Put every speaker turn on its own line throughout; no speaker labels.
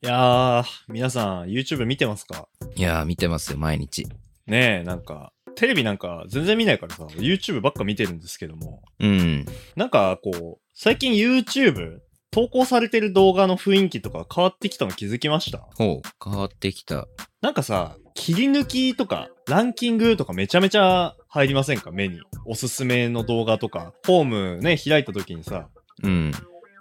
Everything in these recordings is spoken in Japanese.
いやー、皆さん、YouTube 見てますか
いやー、見てますよ、毎日。
ねえ、なんか、テレビなんか全然見ないからさ、YouTube ばっか見てるんですけども、
うん。
なんかこう、最近 YouTube、投稿されてる動画の雰囲気とか変わってきたの気づきました
ほう、変わってきた。
なんかさ、切り抜きとか、ランキングとかめちゃめちゃ入りませんか目に。おすすめの動画とか、ホームね、開いた時にさ、
うん。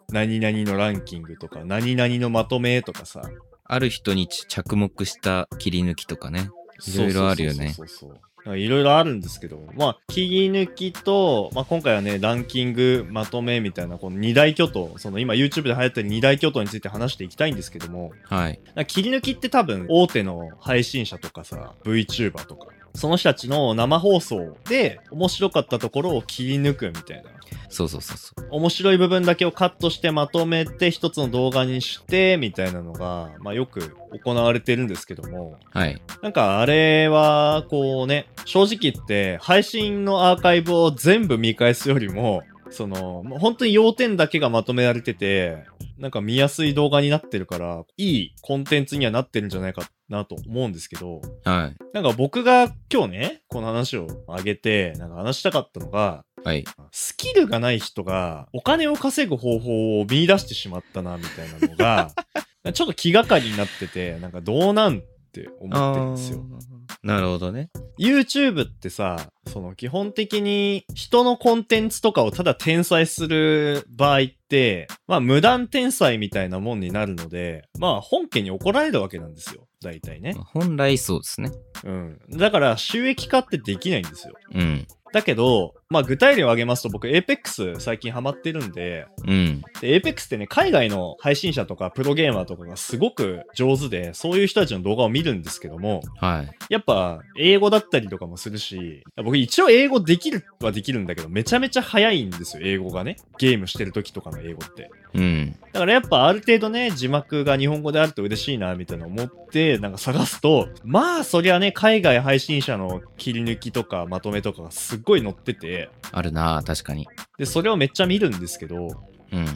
何々のランキングとか、何々のまとめとかさ、
ある人にち着目した切り抜きとかね。いろいろあるよね
そうそうそうそうなんかいろいろあるんですけど、まあ、切り抜きと、まあ、今回はね、ランキング、まとめみたいな、この二大巨頭、その今 YouTube で流行ってる二大巨頭について話していきたいんですけども、
はい。
なんか切り抜きって多分、大手の配信者とかさ、VTuber とか、その人たちの生放送で面白かったところを切り抜くみたいな。
そうそうそうそう。
面白い部分だけをカットしてまとめて一つの動画にしてみたいなのが、まあよく行われてるんですけども、
はい。
なんかあれは、こうね、正直言って、配信のアーカイブを全部見返すよりも、その、もう本当に要点だけがまとめられてて、なんか見やすい動画になってるから、いいコンテンツにはなってるんじゃないかなと思うんですけど、
はい。
なんか僕が今日ね、この話を上げて、なんか話したかったのが、
はい。
スキルがない人がお金を稼ぐ方法を見出してしまったなみたいなのが ちょっと気がかりになっててなんかどうなんって思ってるんですよ。
あーなるほどね。
YouTube ってさその基本的に人のコンテンツとかをただ転載する場合ってまあ無断転載みたいなもんになるのでまあ本家に怒られるわけなんですよ大体ね
ま。あ本来そうですね。
うん。だから収益化ってできないんですよ。
うん。
だけど、まあ具体例を挙げますと僕 Apex 最近ハマってるんで、
うん。
で、APEX ってね、海外の配信者とかプロゲーマーとかがすごく上手で、そういう人たちの動画を見るんですけども、
はい。
やっぱ英語だったりとかもするし、僕一応英語できるはできるんだけど、めちゃめちゃ早いんですよ、英語がね。ゲームしてる時とかの英語って。
うん。
だからやっぱある程度ね、字幕が日本語であると嬉しいな、みたいな思って、なんか探すと、まあそりゃね、海外配信者の切り抜きとかまとめとかがすっごい載ってて、
あるなー確かに。
で、それをめっちゃ見るんですけど、
うん。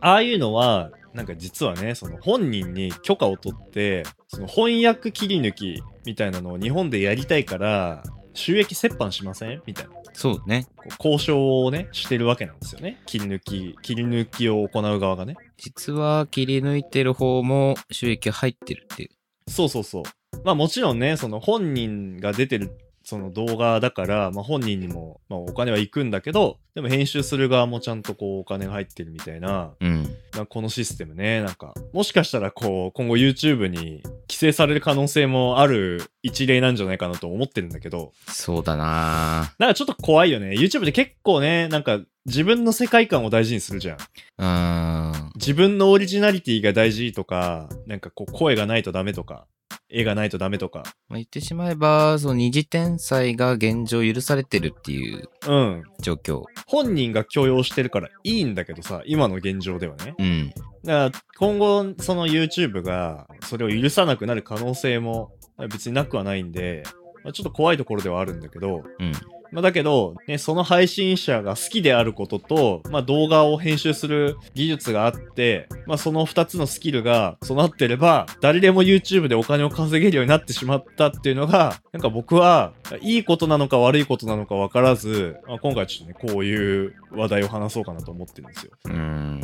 ああいうのは、なんか実はね、その本人に許可を取って、その翻訳切り抜きみたいなのを日本でやりたいから、収益折半しませんみたいなこ
そうね。
う交渉をね、してるわけなんですよね。切り抜き、切り抜きを行う側がね。
実は切り抜いてる方も収益入ってるっていう。
そうそうそう。まあもちろんね、その本人が出てるその動画だから、まあ本人にも、まあ、お金は行くんだけど、でも編集する側もちゃんとこうお金が入ってるみたいな
うん。
なこのシステムね、なんか、もしかしたらこう、今後 YouTube に規制される可能性もある一例なんじゃないかなと思ってるんだけど、
そうだな
なんかちょっと怖いよね。YouTube で結構ね、なんか自分の世界観を大事にするじゃん。
ーうーん。
自分のオリジナリティが大事とか、なんかこう、声がないとダメとか、絵がないとダメとか、
まあ、言ってしまえば、その二次転載が現状許されてるっていう
うん。
状況。
本人が許容してるからいいんだけどさ、今の現状ではね。
うん。
だから今後その YouTube がそれを許さなくなる可能性も別になくはないんで、まあちょっと怖いところではあるんだけど、
うん。
まあ、だけど、ね、その配信者が好きであることと、まあ、動画を編集する技術があって、まあ、その2つのスキルが備わってれば誰でも YouTube でお金を稼げるようになってしまったっていうのがなんか僕はいいことなのか悪いことなのか分からず、まあ、今回ちょっとねこういう話題を話そうかなと思ってるんですよ。
うーん。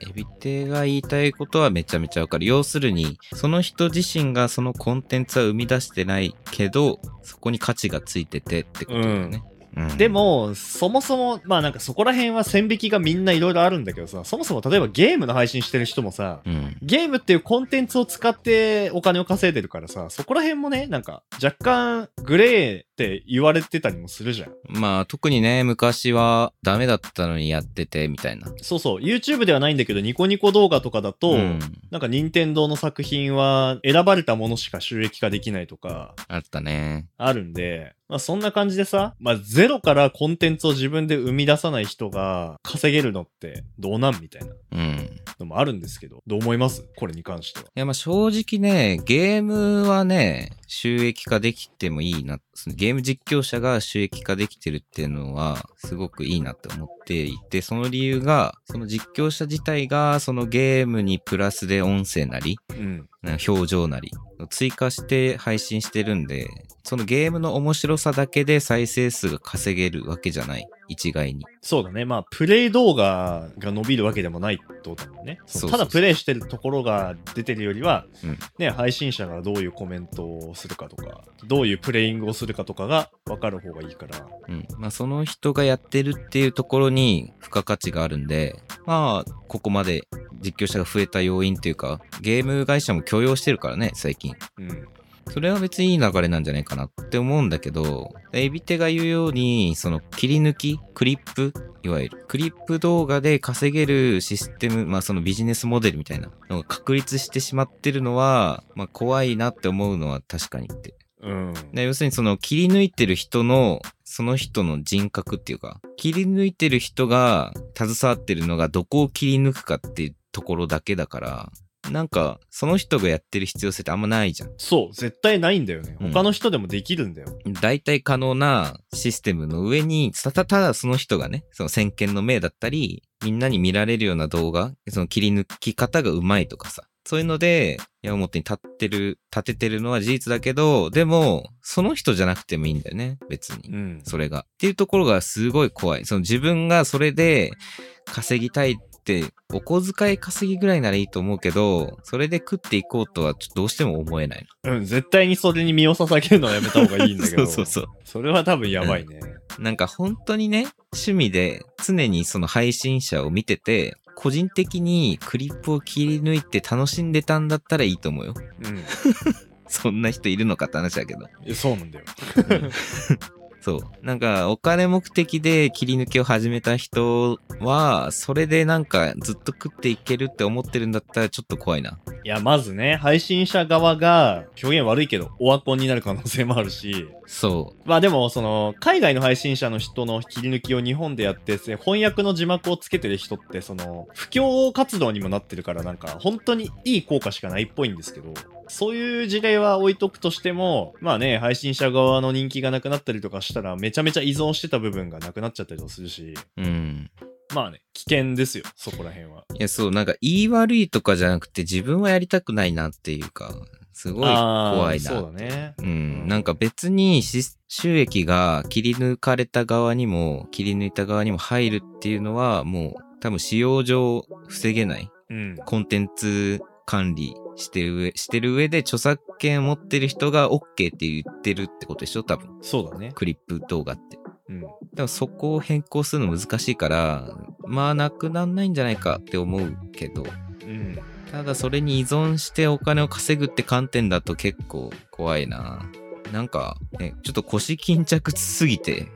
エビテが言いたいことはめちゃめちゃわかる。要するに、その人自身がそのコンテンツは生み出してないけど、そこに価値がついててってことだよね。うん
で、も、そもそも、まあなんかそこら辺は線引きがみんないろいろあるんだけどさ、そもそも例えばゲームの配信してる人もさ、
うん。
ゲームっていうコンテンツを使ってお金を稼いでるからさ、そこら辺もね、なんか若干グレーって言われてたりもするじゃん。
まあ、特にね、昔はダメだったのにやってて、みたいな。
そうそう、YouTube ではないんだけど、ニコニコ動画とかだと、
ん
なんか任天堂の作品は選ばれたものしか収益化できないとか
あったね。
あるんで、まあそんな感じでさ、まあゼロからコンテンツを自分で生み出さない人が稼げるのってどうなんみたいな。
うん。
のもあるんですけど、どう思いますこれに関しては。
いやまあ正直ね、ゲームはね、収益化できてもいいな、そのゲーム実況者が収益化できてるっていうのはすごくいいなって思っていてその理由がその実況者自体がそのゲームにプラスで音声なり
うん。
表情なりを追加して配信してるんでそのゲームの面白さだけで再生数が稼げるわけじゃない一概に
そうだね。まあ、プレイ動画が伸びるわけでもないってことだもんね。そ
そうそ
の
うそ
た
う
だプレイしてるところが出てるよりは、
うん
ね、配信者がどういうコメントをするかとか、どういうプレイングをするかとかが分かる方がいいから。
うんまあ、その人がやってるっていうところに付加価値があるんでまあここまで実況者が増えた要因っていうかゲーム会社も許容してるからね最近
うん。
それは別にいい流れなんじゃないかなって思うんだけどエビテが言うようにその切り抜きクリップいわゆるクリップ動画で稼げるシステムまあそのビジネスモデルみたいなのが確立してしまってるのは、まあ、怖いなって思うのは確かにって
うん。
で要するにその切り抜いてる人のその人の人格っていうか切り抜いてる人が携わってるのがどこを切り抜くかっていうところだけだからなんかその人がやってる必要性ってあんまないじゃん
そう、絶対ないんだよね。
うん
他の人でもできるんだよ。
大体可能なシステムの上に、ただただその人がね、その先見の明だったり、みんなに見られるような動画、その切り抜き方がうまいとかさ、そういうので、矢面に立ってる、立ててるのは事実だけど、でも、その人じゃなくてもいいんだよね、別に。
うん。
それが。っていうところがすごい怖い。その自分がそれで稼ぎたいって、お小遣い稼ぎぐらいならいいと思うけど、それで食っていこうとはちょっとどうしても思えない
うん、絶対にそれに身を捧げるのはやめた方がいいん
の。
だけど。
そう そうそう。
それは多分やばいね。
なんか本当にね、趣味で常にその配信者を見てて、個人的にクリップを切り抜いて楽しんでたんだったらいいと思うよ。
うん
そんな人いるのかって話だけど。
いや。そうなんだよ。
そう。なんかお金目的で切り抜きを始めた人は、それでなんかずっと食っていけるって思ってるんだったらちょっと怖いな。
いや、まずね、配信者側が、表現悪いけど、オワコンになる可能性もあるし、
そ
まあでも、その、海外の配信者の人の切り抜きを日本でやって、せ翻訳の字幕をつけてる人って、その、布教活動にもなってるから、なんか、本当にいい効果しかないっぽいんですけど、そういう事例は置いとくとしても、まあね、配信者側の人気がなくなったりとかしたら、めちゃめちゃ依存してた部分がなくなっちゃったりもするし、
う。うん。
まあね、危険ですよ、そこら辺は。
いや、そう、なんか言い悪いとかじゃなくて自分はやりたくないなっていうか、すごい
あー
怖いな。
そうだね。
うん、なんか別にし収益が切り抜かれた側にも切り抜いた側にも入るっていうのはもう多分使用上防げない
うん。
コンテンツ管理してる上してる上で著作権を持ってる人が OK って言ってるってことでしょ多分
そうだね。
クリップ動画って
うん。
でもそこを変更するの難しいからまあなくなんないんじゃないかって思うけど
うん。
ただそれに依存してお金を稼ぐって観点だと結構怖いな。なんか、ね、ちょっと腰巾着すぎて、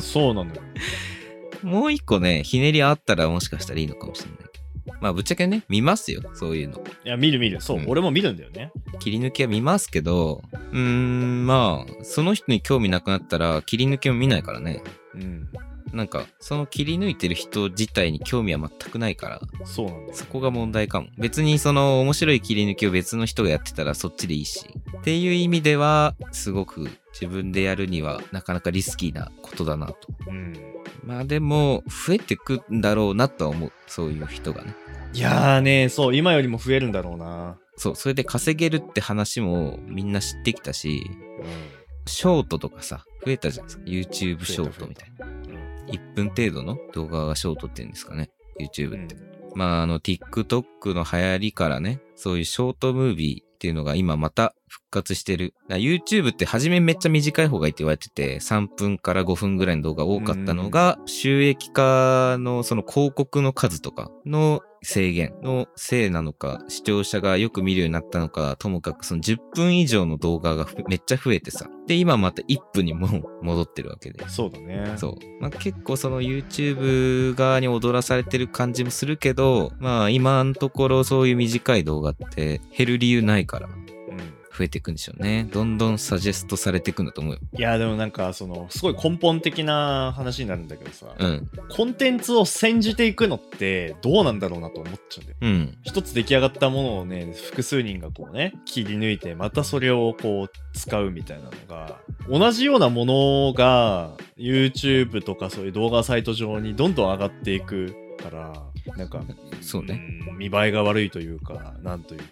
そうなのよ。
もう一個ね、ひねりあったらもしかしたらいいのかもしれないけど。まあ、ぶっちゃけね、見ますよ、そういうの。
いや、見る見る。そう、
うん
俺も見るんだよね。
切り抜きは見ますけど、うーん、まあ、その人に興味なくなったら、切り抜きも見ないからね。
うん。
なんか、その切り抜いてる人自体に興味は全くないから、
そうなんだよ。
そこが問題かも。別にその面白い切り抜きを別の人がやってたらそっちでいいし。っていう意味では、すごく自分でやるにはなかなかリスキーなことだなと。
うん。
まあでも、増えてくんだろうなとは思う。そういう人がね。
いやーね、そう、今よりも増えるんだろうな。
そう、それで稼げるって話もみんな知ってきたし、
う
ショートとかさ、増えたじゃないですか。YouTube ショートみたいな。
ん。
1分程度の動画がショートって言うんですかね。YouTube って。
うん。
まあ、あの、TikTok の流行りからね、そういうショートムービーっていうのが今また復活してる。だから YouTube って初めめっちゃ短い方がいいって言われてて、3分から5分ぐらいの動画多かったのが、収益化のその広告の数とかの制限のせいなのか、視聴者がよく見るようになったのか、ともかくその10分以上の動画がふめっちゃ増えてさ。で、今また1分にもう戻ってるわけで。
そうだね。
そう。まあ、結構その YouTube 側に踊らされてる感じもするけど、まあ今のところそういう短い動画って減る理由ないから、
うん。
増えていくんでしょうね。どんどんサジェストされていくんだと思うよ。
いやでもなんかそのすごい根本的な話になるんだけどさ、
うん。
コンテンツを煎じていくのってどうなんだろうなと思っちゃうんだよ
うん。
一つ出来上がったものをね複数人がこうね切り抜いてまたそれをこう使うみたいなのが同じようなものが YouTube とかそういう動画サイト上にどんどん上がっていくからなんか
そうね。
うん見栄えが悪いというかなんというか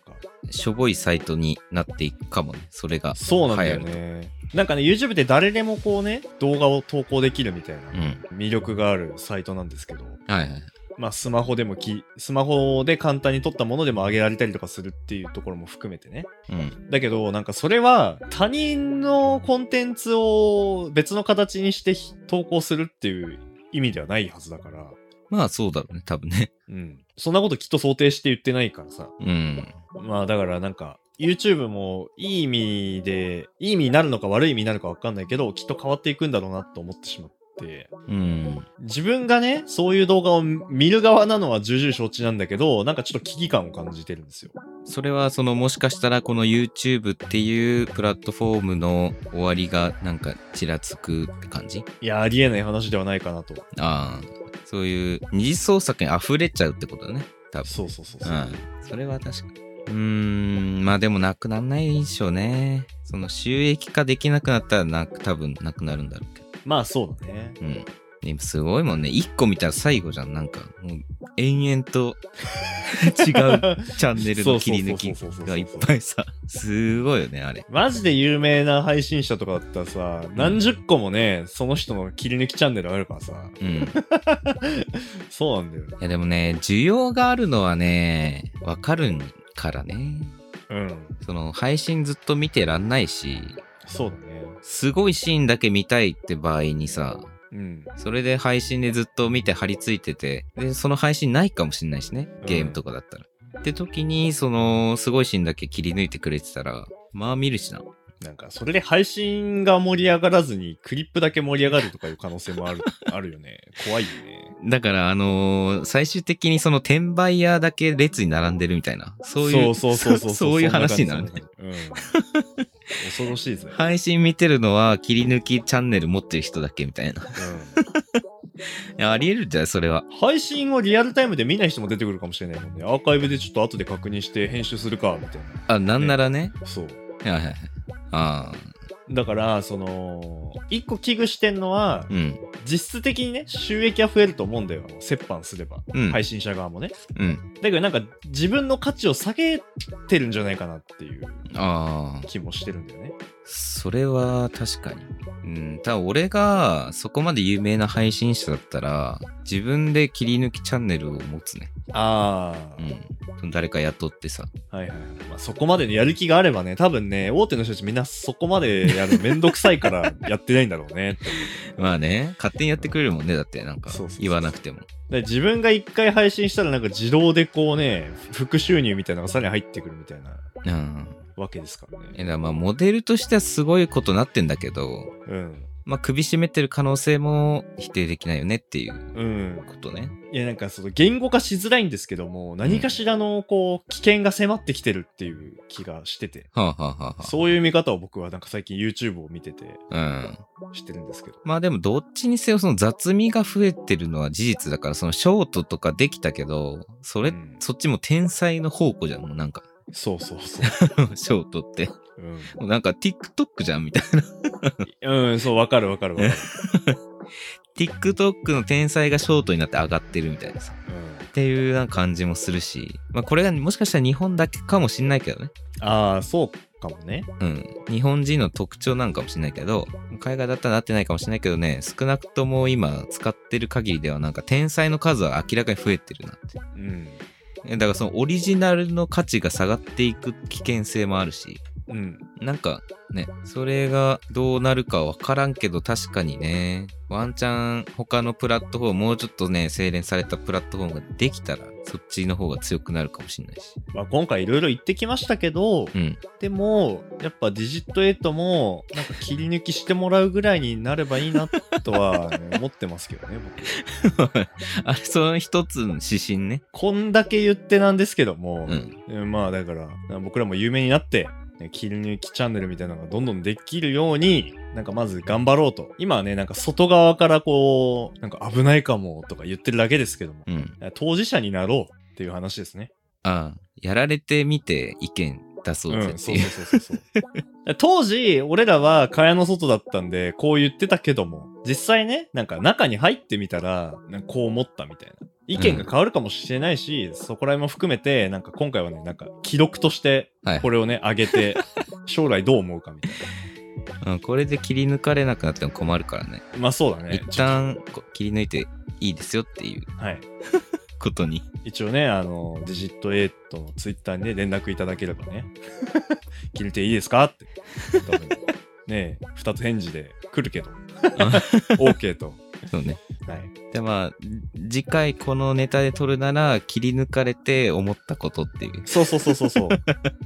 しょぼいサイトになっていくかもね。それが。
そうなんだよねなんかね YouTube って誰でもこうね動画を投稿できるみたいな
うん。
魅力があるサイトなんですけど
はいはい。
まあ、スマホでもき、スマホで簡単に撮ったものでも上げられたりとかするっていうところも含めてね。
うん。
だけど、なんかそれは他人のコンテンツを別の形にしてひ投稿するっていう意味ではないはずだから、
まあそうだろうね。多分ね。
うん。そんなこときっと想定して言ってないからさ。
うん。
まあだからなんか、YouTube もいい意味で、いい意味になるのか悪い意味になるかわかんないけど、きっと変わっていくんだろうなと思ってしまって。
うん。
自
自
分がね、そういう動画を見る側なのは重々承知なんだけど、なんかちょっと危機感を感じてるんですよ。
それはそのもしかしたらこの YouTube っていうプラットフォームの終わりがなんかちらつくって感じ
いや、ありえない話ではないかなと。
ああ。そういう二次創作に溢れちゃうってことだね。多分。
そうそうそうそう。
うん、それは確かに。うーん、まあでもなくならないでしょうね。その収益化できなくなったらな、多分なくなるんだろうけど。
まあそうだね。
うん。でもすごいもんね。1個見たら最後じゃん。なんか、もう、延々 と違うチャンネルの切り抜き
そうそうそうそうそうそう
がいっぱいさ。すごいよね、あれ。
マジで有名な配信者とかだったらさ、何十個もね、その人の切り抜きチャンネルあるからさ、
うん。い
そうなんだよ。
やでもね、需要があるのはね、わかるからね。
うん。
その、配信ずっと見てらんないし、
そうだね。
すごいシーンだけ見たいって場合にさ、
うん。
それで配信でずっと見て張り付いてて、で、その配信ないかもしんないしね。ゲームとかだったら。って時に、その、すごいシーンだけ切り抜いてくれてたら、まあ見るしな。
なんか、それで配信が盛り上がらずに、クリップだけ盛り上がるとかいう可能性も ある、あるよね。怖いよね。
だから、あのー最終的にその転売屋だけ列に並んでるみたいな。そういう、
そうそうそうそう
そういう話になるね
そん。感じうん。 恐ろしいですね。
配信見てるのは切り抜きチャンネル持ってる人だけみたいな。いやありえるんじゃないそれは。
うん、配信をリアルタイムで見ない人も出てくるかもしれないもんね。アーカイブでちょっと後で確認して編集するか、みたい
あ、なんならね。
な。そう。
はいはいはい。あ
だから、その、一個危惧してんのは
あ、、うん。
実質的にね、収益は増えると思うんだよ。折半すれば。
うん。
配信者側もね。
うん。
だけどなんか、自分の価値を下げてるんじゃないかなっていう
ああ。
気もしてるんだよね。
それは確かに。うん、ただ俺がそこまで有名な配信者だったら、自分で切り抜きチャンネルを持つね。
ああ、
うん。誰か雇ってさ。
はいはいはい、まあ、そこまでのやる気があればね多分ね大手の人たちみんなそこまでやるのめんどくさい からやってないんだろうねって
まあね、勝手にやってくれるもんね。だってなんか
そうそうそう
言わなくても。
で自分が一回配信したらなんか自動でこうね副収入みたいなのがさらに入ってくるみたいな
うん。
わけですから
え、
ね
だからまあモデルとしてはすごいことなってんだけど、
うん
まあ首絞めてる可能性も否定できないよねっていう
うん
ことね。
いやなんかその言語化しづらいんですけども何かしらのこう危険が迫ってきてるっていう気がしてて
はあ、はあはあは
そういう見方を僕はなんか最近 YouTube を見てて
あ、うん。
してるんですけど
まあでもどっちにせよその雑味が増えてるのは事実だからそのショートとかできたけどそれ、
うん
そっちも天才の宝庫じゃんもうなんか
そうそうそ
ショートって
う、うん、
もうなんか TikTok じゃん みたい
うん、そうわかるわかるわかる、
な TikTok の天才がショートになって上がってるみたいなさ
うん
っていうなんか感じもするしまあこれがもしかしたら日本だけかもしんないけどね
ああ、そうかもね。
うん日本人の特徴なんかもしんないけど海外だったらなってないかもしんないけどね少なくとも今使ってる限りではなんか天才の数は明らかに増えてるなって
うん。
えだからそのオリジナルの価値が下がっていく危険性もあるし
うん。
なんかねそれがどうなるかわからんけど確かにねワンチャン他のプラットフォームもうちょっとね精錬されたプラットフォームができたらそっちの方が強くなるかもしれないし
まあ、今回いろいろ言ってきましたけど、
うん
でも、やっぱディジットエイトも、なんか切り抜きしてもらうぐらいになればいいなとはね、思ってますけどね、僕。
あれその一つの指針ね
こんだけ言ってなんですけども
う、ん
うんまあだから、僕らも有名になって、ね、切り抜きチャンネルみたいなのがどんどんできるように、なんかまず頑張ろうと。今はね、なんか外側からこう、なんか危ないかもとか言ってるだけですけども、
うん。
当事者になろうっていう話ですね。
ああ、やられてみて意見出そうぜ
ん、
って
そう
いう。
そうそうそうそう。 当時、俺らは蚊帳の外だったんで、こう言ってたけども、実際ね、なんか中に入ってみたら、なんかこう思ったみたいな。意見が変わるかもしれないし、そこら辺も含めて、なんか今回はね、なんか記録として、
はい
これをね、上げ て、将来どう思うかみたい
うん、これで切り抜かれなくなっても困るからね。
な。まあそうだね。
一旦こう切り抜いていいですよっていう
はい。
ことに。
一応ね、あの、ディジット8のツイッターにね、連絡いただければ ね、切れていいですかって。多分ね二つ返事で来るけど、OK と。
そうね。
はい。
で、まあ、次回このネタで撮るなら、切り抜かれて思ったことっていう。
そうそうそうそうそう。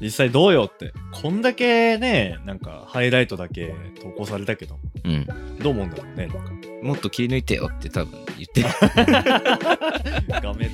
実際どうよって。こんだけね、なんかハイライトだけ投稿されたけど、
うん。
どう思うんだろうね、なんか。
もっと切り抜いてよって多分言ってる。
画面